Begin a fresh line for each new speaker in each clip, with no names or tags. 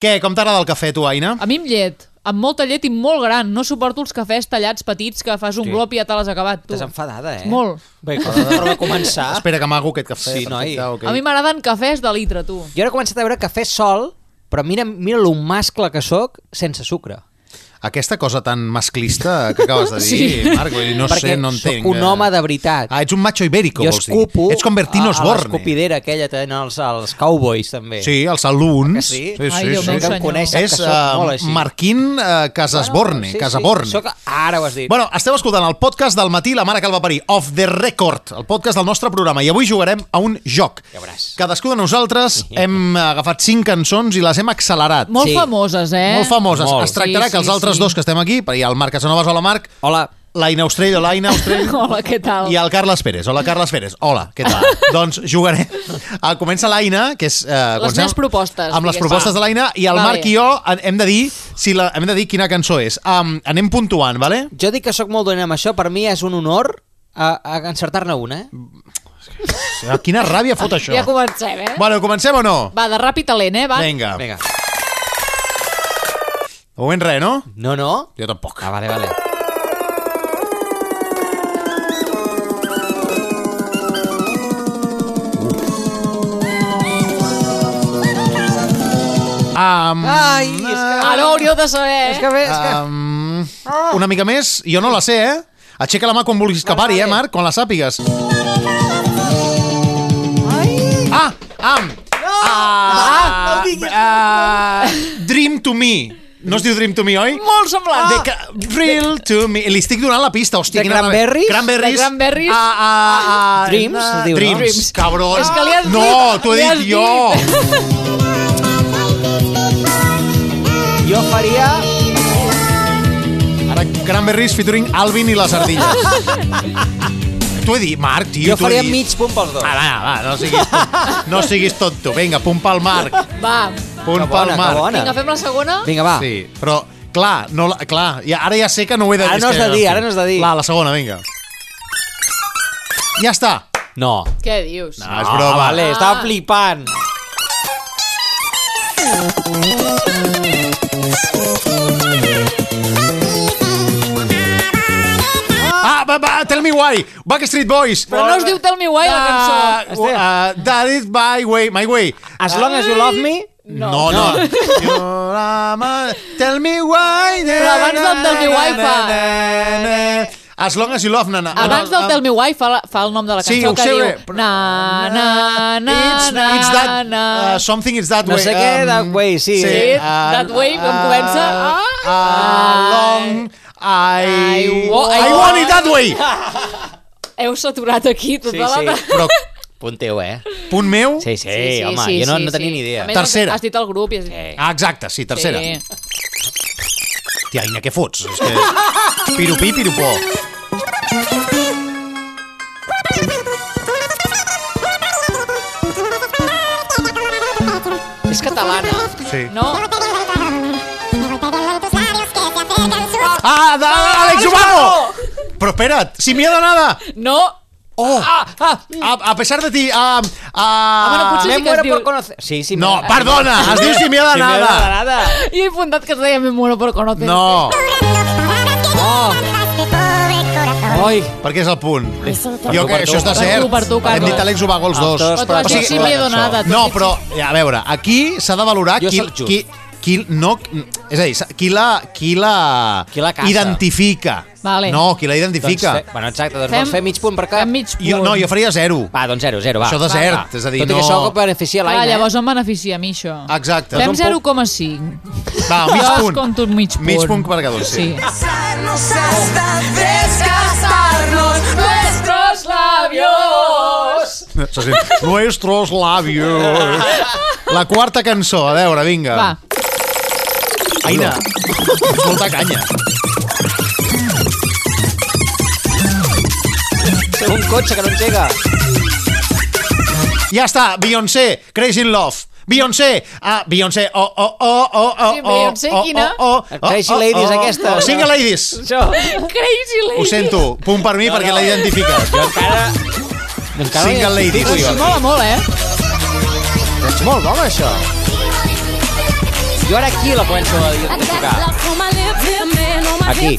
Què, com t'agrada el cafè, tu, Aina?
A mi amb llet, amb molta llet i molt gran. No suporto els cafès tallats petits que fas un
Sí.
glop i ja te l'has acabat, tu.
Estàs enfadada, eh?
Molt.
Bé, quan de prova a començar...
Espera que amago aquest cafè.
Ah. Sí, noi.
perfecte, ok.
A mi m'agraden cafès de litre, tu.
Jo ara he començat a veure cafè sol, però mira, mira lo mascle que sóc sense sucre.
Aquesta cosa tan masclista que acabes de dir, sí. Marc, vull dir, no
Perquè
sé, no
sóc
entenc. eh.
un home de veritat.
Ah, ets un macho ibérico,
jo
vols dir.
escupo
Ets com Bertino
a, a
Osborne.
l'escopidera aquella que tenen els, els cowboys, també.
Sí, els alumns.
Ah, sí?
sí,
Ai,
sí,
Déu
sí.
meu
Que em
senyor.
coneixen,
És
que sóc molt
uh,
així.
Marquín uh, Casasborne,
Bueno,
sí, Casaborne.
Sóc... Ara ho has dit.
Bueno, esteu escoltant el podcast del matí La mare que el va parir, Off the Record, el podcast del nostre programa, i avui jugarem a un joc.
Ja veuràs.
Cadascú de nosaltres hem agafat cinc cançons i les hem accelerat.
Molt
Sí.
famoses, eh?
Molt famoses.
Molt.
Es tractarà
Sí,
que els
sí,
altres
sí.
dos que estem aquí, per hi ha el Marc Casanovas, hola Marc,
Hola.
l'Aina Ostrell, hola Aina Ostrell,
Hola, què tal?
i el Carles Pérez. Hola, Carles Pérez. Hola, què tal? doncs jugarem. Ah, comença l'Aina, que és... Eh, comencem
meves propostes,
Amb les
digues.
propostes
Va.
de l'Aina, i el
Va
Marc
bé.
i jo en- hem de dir, si la, hem de dir quina cançó és. Um, anem puntuant, vale?
Jo dic que sóc molt dolent amb això, per mi és un honor a, a encertar-ne una, eh?
Ah, Quina ràbia fot això.
Ja comencem, eh?
Bueno, comencem o no?
Va, de ràpid talent, eh? Va.
Vinga.
Vinga.
De moment res, no?
No, no?
Jo tampoc.
Ah, vale, vale.
Um,
Ai, és que...
Ara ho Ah, hauríeu de saber, eh?
És que bé, és que...
um, una mica més, jo no la sé, eh? Aixeca la mà quan vulguis que pari, eh, Marc? Quan la sàpigues. Ah! Ah!
Ah, no ho diguis.
Ah! Dream to me. No es diu Dream to me, oi?
Molt semblant.
De ca... Real to me. Li estic donant la pista, hòstia.
De
quina ràbia.
Cranberries?
Cranberries.
De Cranberries?
Ah, ah, ah,
Dreams,
ah,
es diu, no?
Dreams,
Dreams.
cabró.
És que li has
no,
dit,
t'ho he
li has
dit jo.
Jo faria...
Ara, Cranberries featuring Alvin i les ardilles. t'ho he dit, Marc, tio,
Jo
t'ho he
faria
dit.
mig punt pels dos.
Ah, va, va, no siguis, tot- no siguis tonto. Vinga, punt pel Marc.
Va,
Punt
Que bona,
pel
que
Marc.
bona.
vinga, fem la segona.
Vinga, va.
Sí, però clar, no, la- clar ja, ara ja sé que no ho he de dir.
Ara no
és
has
que-
de dir, ara no has de dir.
Clar, la segona, vinga. Ja està.
No.
Què dius?
No, és broma.
Ah, vale, estava flipant.
Ah, va, va, tell me why. Backstreet Boys.
Però no es diu Tell Me Why, la
Ah,
cançó.
uh, that is my way, my way.
As long as you love me...
No, no. You're a man- tell me why.
Però abans del Tell Me Why
fa... As long as you love, nana.
Abans del Tell Me Why fa, la, fa el nom de la
Sí,
cançó
ho
que
sé,
diu...
bé, però-
Na, na, na,
It's,
na,
it's that,
na.
uh, something is that
No
way. Um,
sé què, that way, sí.
Sí, that way, com comença.
Ah, uh, long, I,
I wa-
I,
I
want
wa-
it that way.
Heu saturat aquí tota
Sí,
la...
sí.
Però
Punteu, eh?
punt meu...
Sí, sí, home, jo no, no tenia ni idea.
A més,
Tercera.
Has dit el grup i has dit...
Sí.
Ah, exacte, sí, tercera.
Sí.
Tia, Aina, què fots? És que... Pirupí, pirupó.
És catalana.
Sí.
No?
Ah, de, Àlex Ubago! Però espera't, si m'hi ha donada!
No?
Oh!
Ah, ah,
A, a pesar de ti, a... a...
Ah, bueno, potser
me
sí que es
muero
diu-
por conocer... Sí, sí.
No,
me-
perdona, es diu si m'hi ha
Si me da la
donada.
nada.
I he apuntat que es deia Me muero por conocer.
No,
Oi,
perquè és el punt.
tu,
Jo que
per tu.
això és de
Per
tu,
cert.
per tu,
Hem
Carles.
dit Àlex Ubago els
Els
dos.
dos,
Però tu has
però
dit
sí
si
que-
m'hi he
la cançó.
donada. tu has
No,
dit
però,
sí.
a veure, aquí s'ha de valorar
Jo
qui,
sóc just.
qui, qui, no, és a dir, qui la, qui la,
Qui la caça.
identifica.
Vale.
No, qui la
Doncs
identifica.
fe- bueno, exacte, doncs
Fem-
vols fer mig punt per cada...
Fem mig punt.
jo, no, jo faria zero.
Va, doncs 0, 0, va.
Això desert, és a dir,
Tot i
no-
que això que beneficia
Clar,
l'Aina.
Ah, llavors em beneficia a mi, això.
eh? Exacte.
Fem
Doncs un
0,5.
Va, mig
Jo
punt.
es compto un mig punt.
Mig punt per cada un, sí.
Sí.
Casarnos hasta desgastarnos nuestros labios.
Això sí. Nuestros labios. La quarta cançó, a veure, vinga.
Va,
Aina, tens molta canya.
eh? Un cotxe que no engega.
Ja està, Beyoncé, Crazy in Love. Beyoncé, ah, Beyoncé, oh, oh, oh, oh, oh,
Sí,
oh,
Beyoncé,
oh,
quina?
oh, oh, oh,
Crazy
oh, oh,
Ladies,
oh,
aquesta.
oh, Single Ladies.
Això.
Crazy Lady.
Ho sento, punt per mi no, perquè
no.
l'he identificat.
Jo encara... encara
Single
no hi
ladies.
estic,
Doncs
jo.
mola molt, eh?
Ets molt bo, amb això. Jo ara aquí la començo a identificar.
Aquí.
Aquí.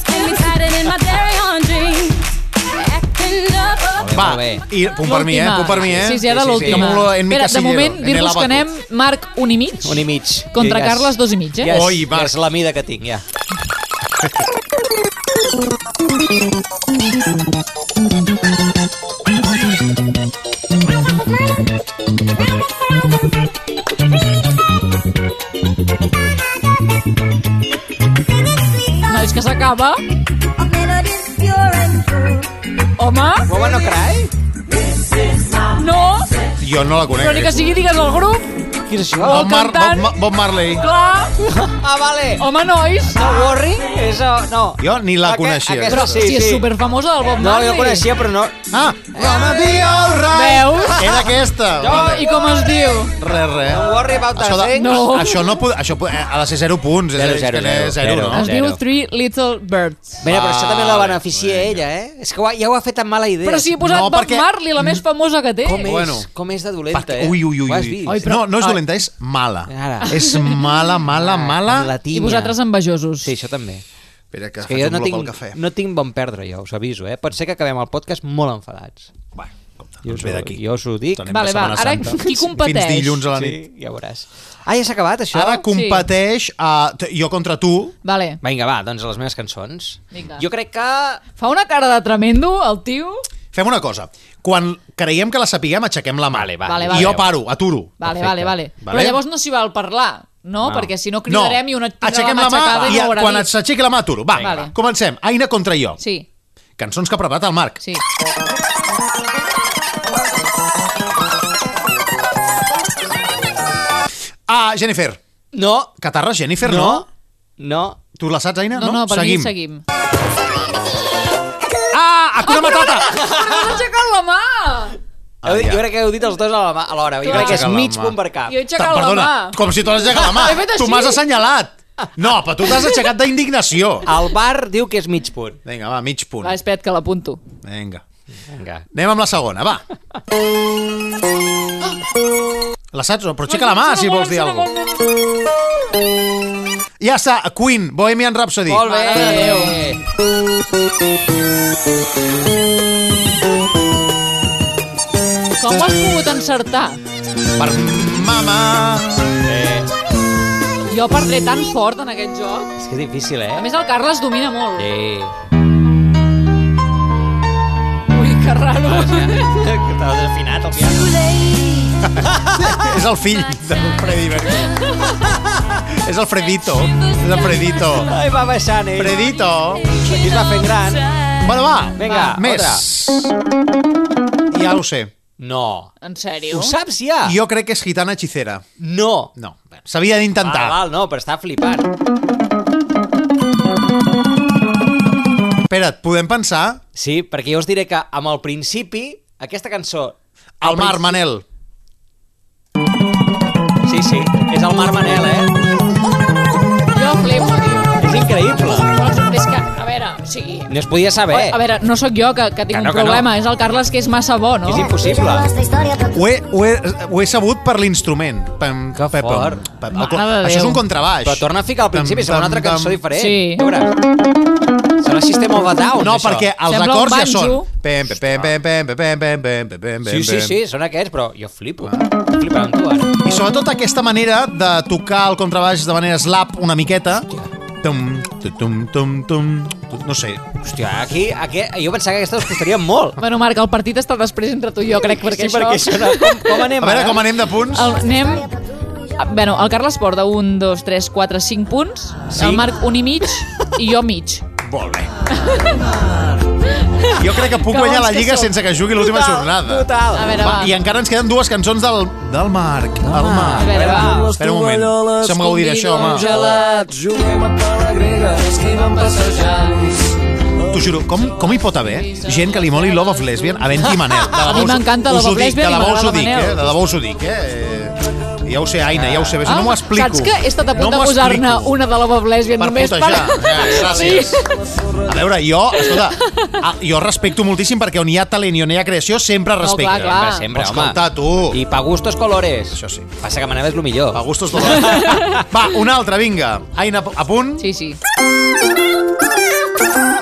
Va,
Molt bé.
i punt per mi, eh?
L'última.
Punt per mi, eh?
Sí, sí, ara
Sí, sí, sí.
l'última.
Com lo- en mi
Espera, de
casillero,
moment,
en el
dir-vos que
abacus.
anem, Marc, un i mig.
Un i mig.
Contra
Ja és-
Carles, dos i mig, eh?
Ja és,
Oi,
ja
Marc.
és la mida que tinc, ja.
Nois, que s'acaba. Home,
Woman no cry?
no,
Jo no la conec.
però ni que sigui digues el grup.
Qui és això?
Oh.
Bob, Mar Bob,
cantant.
Ma- Bob Marley.
Clar,
Ah, vale.
home, nois.
No worry? És, uh, no.
Jo ni la
Aquest-
coneixia.
aquest-
Però
Sí,
si és
sí.
superfamosa del Bob
No,
Marley.
jo coneixia, però no.
Ah, gonna be alright.
Veus?
Era aquesta.
Jo-
I com es diu?
Re, re.
Don't worry about the
Això, de,
thing.
No.
això no pot, això pot, eh, ha de ser 0 punts. és a
Zero,
dir,
zero,
que n'és
zero,
zero,
zero.
no?
Es
Zero.
diu Three Little Birds.
Mira, però això també la
Vale,
beneficia ella, eh? És que ho ha- ja ho ha fet amb mala idea.
Però si he posat
No,
no, Bob
perquè-
Marley, la més famosa que té.
Com és,
Bueno.
com és de dolenta,
Perquè,
eh?
ui, ui, ui.
Ho has
ui.
vist?
Ai,
no, no és
ai.
dolenta, és mala.
Ara.
És mala,
Ah,
mala, mala.
Amb La tinya.
I vosaltres envejosos.
Sí, això també.
Espera, que,
És que jo no tinc, no tinc bon perdre, jo, us aviso, eh? Pot ser que acabem el podcast molt enfadats.
Va, compte,
Jo us
doncs ve
ho-
d'aquí.
jo us ho dic.
Ens anem
Vale,
de
va,
Setmana
ara
Santa.
qui competeix? Oh,
Fins dilluns a la
Sí,
nit.
ja ho veuràs. Ah, ja s'ha acabat, això?
Ara competeix a, t- jo contra tu.
Vale.
Vinga, va, doncs a les meves cançons.
Vinga.
Jo crec que...
Fa una cara de tremendo, el tio.
Fem una cosa. Quan creiem que la sapiguem, aixequem la mà. Vale,
va.
Vale, vale.
I jo paro, aturo.
Vale,
Perfecte.
vale, vale,
Vale.
Però llavors no s'hi val parlar, no?
No.
Perquè si no cridarem i una tindrà
aixequem
la mà aixecada i
i
no ho haurà
quan
dit.
et s'aixequi la mà aturo. Va,
Vinga.
vale. comencem. Aina contra jo.
Sí,
Cançons que ha preparat el Marc.
sí.
Ah, Jennifer.
No,
Catarra, Jennifer, no?
no, no.
Tu la saps, Aina?
No, no, per
seguim.
mi seguim.
Ah, Hakuna Matata!
Però no s'ha aixecat la mà!
Ah,
Heu,
ja.
jo crec que heu dit els dos a la mà- alhora. Jo
Clar.
crec que és
Aixeca la
mig
mà.
punt per cap.
Jo he aixecat la
Perdona,
mà.
com si tu l'has aixecat la mà.
He fet
Tu
així.
m'has assenyalat. No, però tu t'has aixecat d'indignació.
Ah.
El bar diu que és mig punt.
Vinga, va, mig punt.
Va, espera't que l'apunto.
Vinga.
Vinga.
Anem amb la segona, va. La saps? o no? Però aixeca la mà, si vols dir alguna cosa. Ja està, Queen, Bohemian Rhapsody.
Molt bé.
Mare de Déu. Com ho has pogut encertar?
Per mama.
Eh,
Jo perdré tan fort en aquest joc.
És que és difícil, eh?
A més, el Carles domina molt.
Sí.
Ui, que raro.
eh? que t'has afinat el piano.
És el fill del Freddy Mercury. És el Fredito. És el Fredito.
Ai, va baixant, eh?
Fredito.
Aquí es va fent gran.
Bueno, va.
Vinga,
Més.
otra.
Ja ho sé.
No.
En sèrio?
Ho saps ja?
Jo crec que és gitana hechicera.
No.
No, s'havia
Val,
d'intentar.
val, no, però està flipant.
Espera't, podem pensar?
Sí, perquè jo us diré que amb el principi, aquesta cançó...
El mar, Manel.
Sí, sí, és el Mar Manel, eh?
Jo flipo, tio.
És increïble.
Però és que, a veure, o sigui...
No es podia saber.
A veure, no sóc jo que, que tinc que
Que no,
no, un
que no.
problema, no. és el Carles que és massa bo, no?
És impossible.
Ho he, ho he, ho he sabut per l'instrument. Pam,
Que
pam,
fort.
pam. El
Mare
co-
de
Això és
Déu.
un contrabaix.
Però torna a ficar al principi,
Tam,
serà una altra
tam, tam.
cançó diferent.
Sí.
A veure. Serà sistema of a down,
No,
això.
perquè els
Sembla un
acords ja són...
banjo.
Pem, pem, pem, pem, pem, pem, pem, pem, pem, pem,
Sí,
pem,
sí,
pem.
sí, són aquests, però jo flipo. Flipo amb tu, ara.
I sobretot aquesta manera de tocar el contrabaix de manera slap una miqueta. Tum, tu, tum, tum, tum, tu- no sé.
Hòstia, aquí, aquí, jo pensava que aquesta us costaria molt.
Bueno, Marc, el partit està després entre tu i jo, crec, perquè
sí, perquè això no... Com, com anem,
A veure
ara?
com anem de punts.
El, anem... Ah, Bueno, el Carles porta 1, 2, 3, 4, 5 punts,
Sí.
el Marc un i mig i jo mig.
Molt bé. Jo crec que puc
Que
guanyar
bons
la
que
Lliga
som.
sense que jugui l'última
Total,
jornada.
Total.
A veure,
Va,
va.
I encara ens queden dues cançons del, del Marc. El
A
Marc.
veure, va.
Espera un moment. Se'm gaudir això, home. T'ho juro, com, com hi pot haver gent que li moli Love of Lesbian a Benji Manel? De debò
A mi
us-
m'encanta
us
Love
ho
of
dic,
Lesbian i
De debò us ho
m'agrada
dic, eh?
Manel.
De debò us ho dic, eh? Ja ho sé, Aina, ja ho sé, però si no m'ho explico.
Ah, Saps que he estat a punt
No
de
m'ho
posar-ne
explico.
una de la Bob Lesbian
Per
només
putejar. Ja, gràcies.
Sí.
A veure, jo, escolta, a, jo respecto moltíssim perquè on hi ha talent i on hi ha creació sempre respecte.
clar, clar.
Sempre, Ah, sempre,
Però
home.
escolta, tu.
I pa gustos colores.
Això sí.
Passa que m'anaves el millor.
A gustos tot. Va, una altra, vinga. Aina, a punt?
Sí, sí.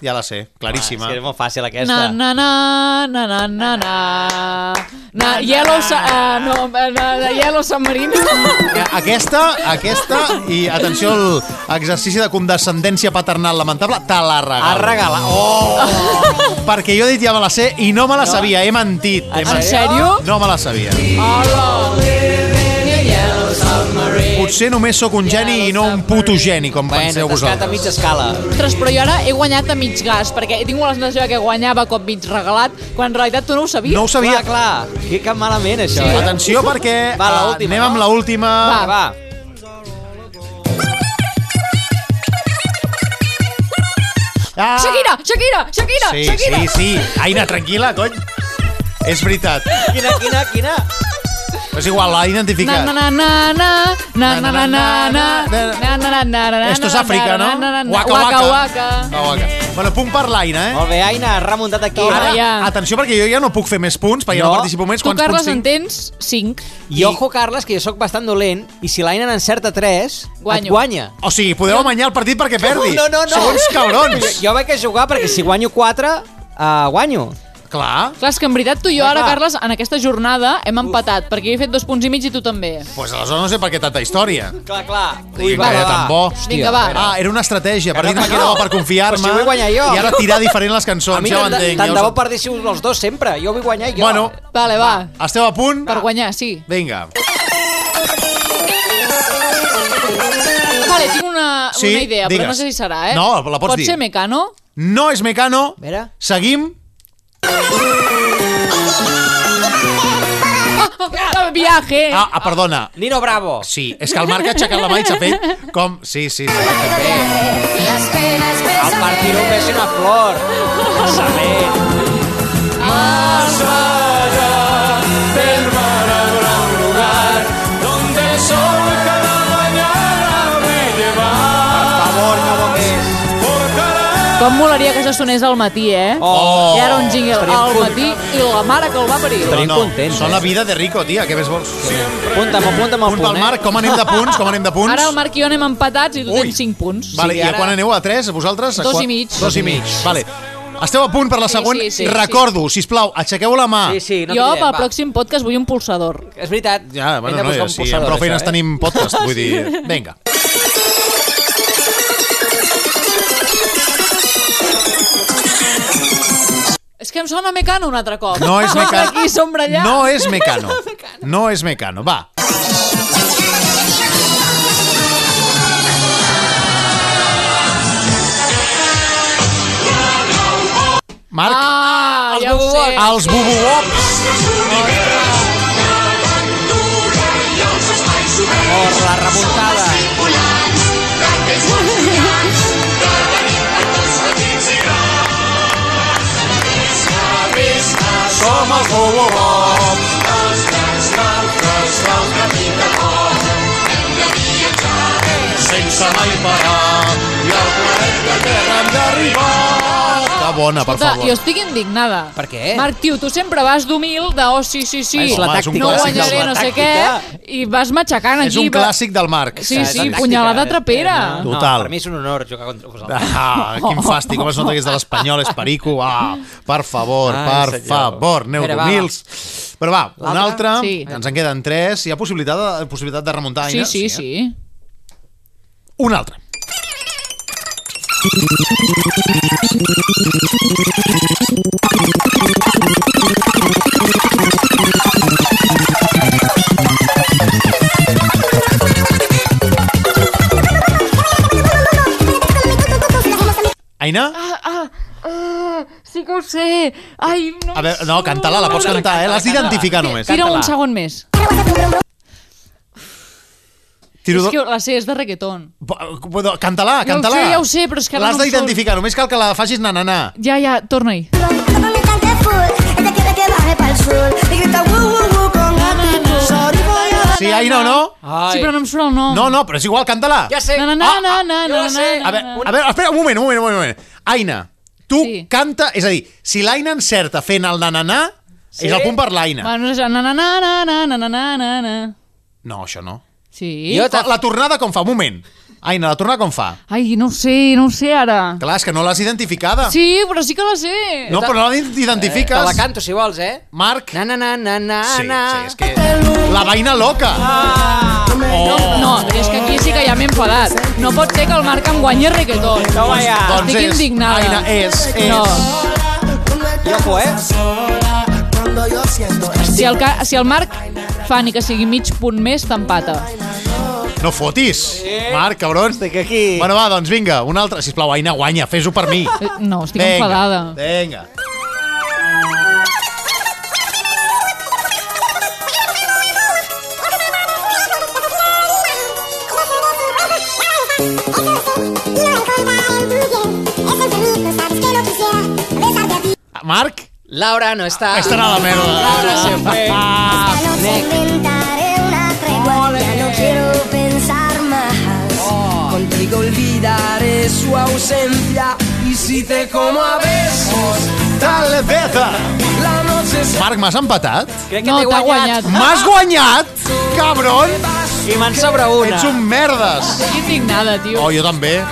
Ja la sé, claríssima.
Ah, és que és molt fàcil, aquesta.
Na, na, na, na, na, na, na. Na, yellow, sa, ah, no, eh, na, na, yellow submarine.
Eh, Aquesta, aquesta, i atenció al exercici de condescendència paternal lamentable, te la
A
regalo.
regalar. Oh!
Perquè jo he dit ja me la sé i no me la sabia, he mentit. He
En
mentit.
sèrio?
No me la sabia.
Yellow
Potser només sóc un geni i no un puto geni, com penseu
Bueno, t'has quedat a
vosaltres.
mitja escala.
Ostres, però jo ara he guanyat a mig gas, perquè he tingut la sensació que guanyava cop mig regalat, quan en realitat tu no ho sabies.
No ho sabia.
Clar, clar. Que, que malament, això, eh?
Atenció perquè
Va,
eh,
l'última,
anem
no?
amb l'última.
Va, va.
Ah!
Shakira, Shakira, Shakira,
Sí,
Shakira.
sí, sí. Aina, tranquil·la, cony. És veritat.
Quina, quina, quina?
Però és igual, l'ha identificat.
Na, na, na, na, na, na, na, na, na, na, na, na, na, na, na,
Esto es
na,
Àfrica,
na, na, na,
no?
na,
Waka,
waka,
waka.
waka.
Waka, waka. Bueno, punt per l'Aina, eh?
Molt bé, Aina, has remuntat aquí.
Toma,
Ara,
ja.
Atenció, perquè jo ja no puc fer més punts, perquè no,
No.
no participo més.
Tu,
Quants
Carles, en
punts tinc?
tens 5.
I ojo, Carles, que jo sóc bastant dolent, i si l'Aina n'encerta 3,
Guanyo.
et guanya.
O sigui, podeu amanyar el partit perquè perdi.
No, no, no.
Sou uns cabrons.
Jo vaig a jugar perquè si guanyo 4, uh, guanyo.
Clar.
Clar, és que en veritat tu i jo
Clar,
ara,
clar.
Carles, en aquesta jornada hem empatat, perquè jo he fet dos punts i mig i tu també.
Doncs pues aleshores no sé per què tanta història.
Clar, clar.
Ui, va, va, tan bo.
Vinga, va.
Ah, era una estratègia, per
Que no,
dir-me
que
que era
no.
per confiar-me.
Però si vull guanyar jo.
I ara tirar diferent les cançons,
A mi
ja ho
tant, de-
entenc.
tant
ja
de
us-
bo perdéssiu els dos sempre. Jo vull guanyar jo.
Bueno,
Vale, va.
esteu a punt?
Per guanyar, sí.
Vinga.
Vale, tinc una,
Sí,
una idea,
digues.
però no sé si serà, eh?
No, la pots
Pot
dir.
ser Mecano?
No és Mecano.
A veure.
Seguim.
Ah, viaje!
Ah, ah, perdona.
Nino Bravo.
Sí, és que el Marc ha aixecat la mà i s'ha fet com... Sí, sí, sí.
El partiró és una flor. Sabent. Per favor, que bo que és.
Com molaria que això sonés al matí, eh?
Oh.
I ara un jingle
Estaríem
al
contents.
matí i la mare que el va parir.
Estaríem contents,
Són
eh?
la vida de rico, tia, què més vols?
Apunta'm, apunta'm el
Punt pel
punt, eh?
Marc, com anem de punts? Com anem de punts?
Ara el Marc i jo anem empatats i tu
Ui.
tens 5 punts.
Vale,
Sí,
I a
ara-
quan aneu a 3, vosaltres? A
Dos i
quatre?
mig.
Dos i mig. Vale. Esteu a punt per la
Sí,
següent?
sí, sí,
Recordo, si sisplau, aixequeu la mà.
eh? Sí, sí, no
jo
cridem,
pel
va.
pròxim podcast vull un pulsador.
És veritat.
Ja,
Hem
bueno,
de
no,
buscar
ja,
un
sí, amb
pulsador,
prou feines
això, eh?
tenim podcast, vull dir... Vinga.
És que em sona Mecano un altre cop.
No és
Sombra
Mecano.
aquí, sombra allà.
No és Mecano. No és Mecano. Va. Marc,
Ah, ja ho sé.
els bububops.
Por la remuntada.
Som els bububops.
sense mai parar i al planeta Terra hem d'arribar.
Que bona, per
Escolta,
favor.
jo estic indignada.
Per què?
Marc, tio, tu sempre vas d'humil de oh, sí, sí, sí,
És
la
home, és un
tàctica.
no
clàssic del
guanyaré
Marc.
no sé què,
Tàctica.
i vas matxacant
És
aquí.
un
va-
clàssic del Marc.
Sí,
És la
sí,
tàctica,
punyalada
eh?
trapera.
No,
Total.
Per mi és un honor jugar contra vosaltres.
Ah,
Oh.
quin fàstic, com es nota que és de l'Espanyol, és perico. Ah, per favor,
Ai,
per
senyor.
favor, aneu
Espera, va,
d'humils. Però va, una altra,
Sí.
ens en queden tres. Hi ha possibilitat de, possibilitat de remuntar,
Sí,
Aina?
sí,
eh?
sí.
Una altra. Aina?
Ah, sí que ho sé. Ai, no
A veure, no, canta-la, la pots cantar, eh? L'has d'identificar només.
Tira un
Canta-la.
segon més.
Tiro
És
do...
que la sé, és de reggaeton.
Però, Canta-la,
Ja ho
canta-la.
sé, ja ho sé, però és que ara
L'has
no em surt.
d'identificar, només cal que la facis na-na-na.
Ja, ja, torna-hi.
Sorry for your
Sí, ai, no, no.
Ai.
Sí, però no em surt el nom.
No, no, però és igual, canta-la.
Ja sé.
Na, na, na,
Ah,
na,
ah,
na,
jo la
na,
sé.
na,
A veure,
na.
a veure, espera, un moment, un moment, un moment, un moment. Aina, tu
Sí.
canta... És a dir, si l'Aina encerta fent el nananà,
Sí.
és el punt per l'Aina.
Bueno, és na, na, na, na, na, na, na, na, na, na.
No, això no.
Sí.
Jo-
Fa- La tornada com fa? Un moment. Aina, la tornada com fa?
Ai, no ho sé, no ho sé ara.
Clar, és que no l'has identificada.
Sí, però sí que la sé.
No, però no
Te la
l'identifiques.
canto, si vols, eh?
Marc.
Na, na, na, na, na,
Sí,
na.
sí, és que... La veïna loca.
Ah,
No, no, és que aquí sí que ja m'he enfadat. No pot ser que el Marc em guanyi reggaeton.
No, vaya.
Doncs
Ah. Estic
és,
indignada.
Aina, és, és.
No,
I ojo, eh?
si el, ca- si el Marc fa ni que sigui mig punt més, t'empata.
No fotis. Marc, cabron.
Estic aquí.
Bueno, va, doncs vinga, una altra. Sisplau, Aina, guanya, fes-ho per mi.
Eh, No, estic
Vinga,
enfadada.
Vinga. Marc,
Laura no
Ah.
està.
estarà a la
Laura
merda.
se fue.
Ah,
Contigo olvidaré su ausencia y si te como a besos,
Tal vez.
la noche se
Marc, m'has empatat?
Crec que
No,
t'he
t'ha
guanyat.
guanyat.
M'has guanyat? Cabron!
I me'n sobra una.
Ets un merdes.
Estic indignada, tio.
Oh, jo també.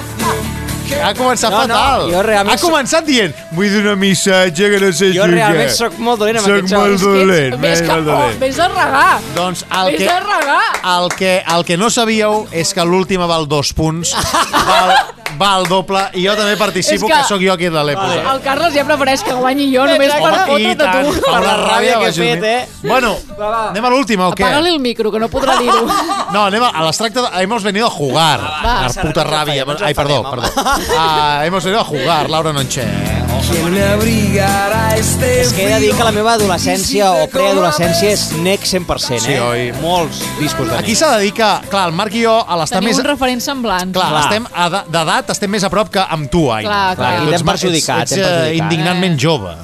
Ha començat
No, no,
fatal.
jo realment
ha començat dient, vull donar un missatge que no sé
Jo
jugar.
realment sóc molt dolent amb
Sóc
aquests jocs.
molt
És
Que ets-
dolent.
Ves, que,
molt
oh,
dolent.
ves a regar.
Doncs el
Vés
que,
a regar.
el que, el que no sabíeu és que l'última val dos punts, val, val doble, i jo també participo,
És
que,
que-
que sóc jo qui l'he posat.
El Carles ja prefereix que guanyi jo només per
i
fotre't a
tant,
tu.
fa
Per
una
la ràbia que he
vaja, Déu
fet,
meu.
eh?
Bueno,
Va, va.
anem a l'última o què?
Apaga-li el micro, que no podrà dir-ho.
No, anem a, a les tracta... De... Hemos venido a jugar.
va,
La
Serra,
puta
no ens
ràbia.
enfadem, no ens
Ai, perdó,
enfadem,
perdó. Ah, hemos venido a jugar, Laura Nonche.
quien me abrigará este
És que he de dir que la meva adolescència o preadolescència és
es
nec 100%,
Sí,
eh?
oi?
Molts discos de nec.
Aquí s'ha de dir que, clar, el Marc i jo, a l'estar
Teniu
més...
un referent semblant.
Clar,
Clar.
estem a de- d'edat estem més a prop que amb tu, Aina.
Clar, clar.
Perquè
I
tu
t'hem
ets ma-
perjudicat,
Ets,
t'hem
ets eh,
perjudicat.
indignantment jove.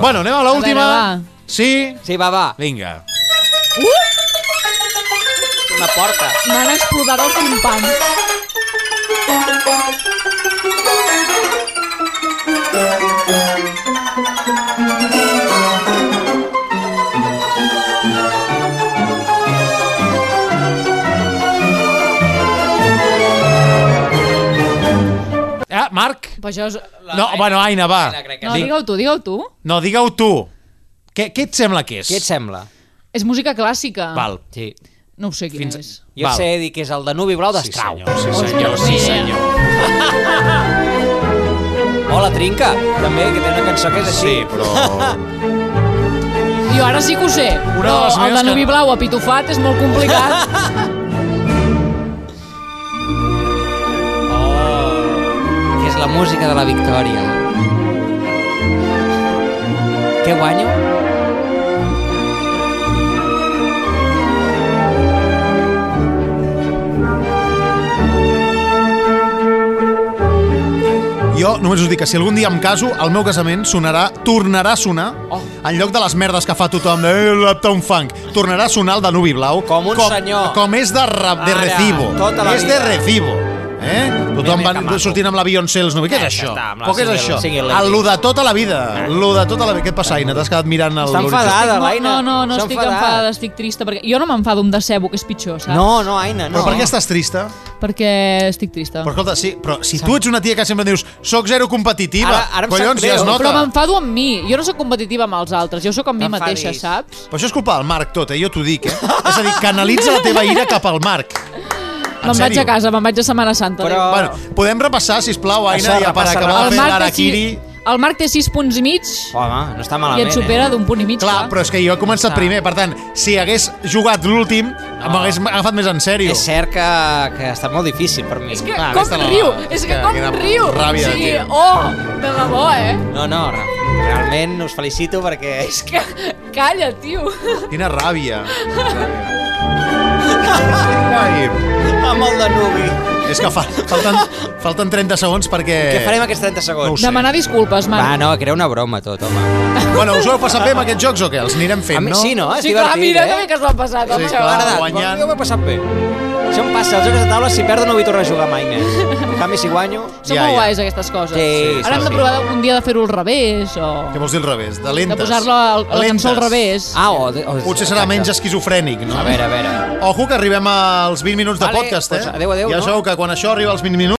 Bueno, anem a l'última.
A veure, va.
Sí?
Sí, va, va.
Vinga.
Una porta.
M'han explotat el timpant.
Ah, Marc?
Però això és...
No, bueno, Aina, va.
No, digue-ho tu, digue-ho tu.
No, digue-ho tu. Què, què et sembla que és?
Què et sembla?
És música clàssica.
Val.
Sí.
No ho sé quina
Fins-
és.
Jo
Val.
sé dir que és el Danubi Blau d'Estrau.
sí, senyor, sí, senyor.
O la Trinca, també, que té una cançó que és
Sí,
així.
però...
Jo ara sí que ho sé, però
de les
el
meves
Danubi
que-
Blau apitofat és molt complicat.
Que és la música de la victòria. Què guanyo?
Jo només us dic que si algun dia em caso, al meu casament sonarà, tornarà a sonar,
Oh.
en lloc de les merdes que fa tothom de eh, l'Uptown Funk, tornarà a sonar el Danubi Blau.
Com un senyor.
Com és de, re, de
Ara,
recibo.
tota la
és
vida.
de recibo. Eh? Tothom
mira que
va
maco.
sortint amb la Beyoncé els nubi. Què és
Eh,
això?
està, amb la
Però què és
single-
això?
single lady.
El lo de tota la vida. Lo de tota la vida. Què et passa, Aina? T'has quedat mirant el...
Està enfadada, l'Aina.
No, no, no
S'ha
estic enfadada, estic trista. Perquè... Jo no m'enfado amb decebo, que és pitjor, saps?
No, no, Aina, no.
Però per què estàs trista?
Perquè estic trista.
Però escolta, sí, però si tu ets una tia que sempre dius soc zero competitiva,
Ara- ara em sap
collons, ja
greu.
es nota.
Però m'enfado amb mi. Jo no sóc competitiva amb els altres, jo sóc amb mi
T'enfadis.
mateixa, saps?
Però això és culpa del Marc tot, eh? jo t'ho dic, eh? És a dir, canalitza la teva ira cap al Marc. En
Me'n vaig
sèrio.
a casa, me'n vaig a Setmana Santa.
Però-
Bueno, podem repassar, si plau, Aina,
Repassa,
ja per
repassa,
acabar
repassa.
de fer
té
l'Arakiri.
sis- el Marc té 6 punts i mig
Home, no està
i
malament, eh?
et supera d'un punt i mig.
eh? Clar, però és que jo he començat primer, per tant, si hagués jugat l'últim, m'hagués agafat més en
eh?
sèrio.
És cert que, que està molt difícil per mi.
És que
Clar, Ah, aquesta
com
la-
riu, és que
que queda
com riu.
ràbia,
sí,
tio.
oh, de debò, eh?
No, no, re- realment us felicito perquè...
És que, calla, tio.
Quina ràbia. Quina ràbia.
Amb el Danubi.
És que fa, falten, falten 30 segons perquè...
Què farem aquests 30
Eh, No ho
segons?
sé.
Demanar disculpes, Marc.
Va, no, que era una broma tot, home.
Bueno, us ho heu passat bé amb aquests jocs o què? Els anirem
A
fent,
mi,
no?
Sí, no? És
sí, clar,
divertit,
mira,
eh?
també que es l'han passat.
Sí,
home,
clar.
va.
M'ha agradat.
Guanyant.
Jo m'ho he passat bé. Això em passa, els jocs de taula, si perdo no vull tornar a jugar mai més. En canvi, si guanyo...
Són
Ja,
molt
ja.
guais, aquestes coses.
Sí,
Ara
sí,
hem
sí.
de provar un dia de fer-ho al revés, o...
Què vols dir al revés? De lentes.
De posar-la al- la
Lentes.
cançó al revés.
Ah, o... o
Potser serà
exacte.
menys esquizofrènic, no?
A veure, a veure.
Ojo, que arribem als 20 minuts de
Vale,
podcast, eh?
doncs adéu, adéu,
ja
no?
sabeu que quan això arriba als 20 minuts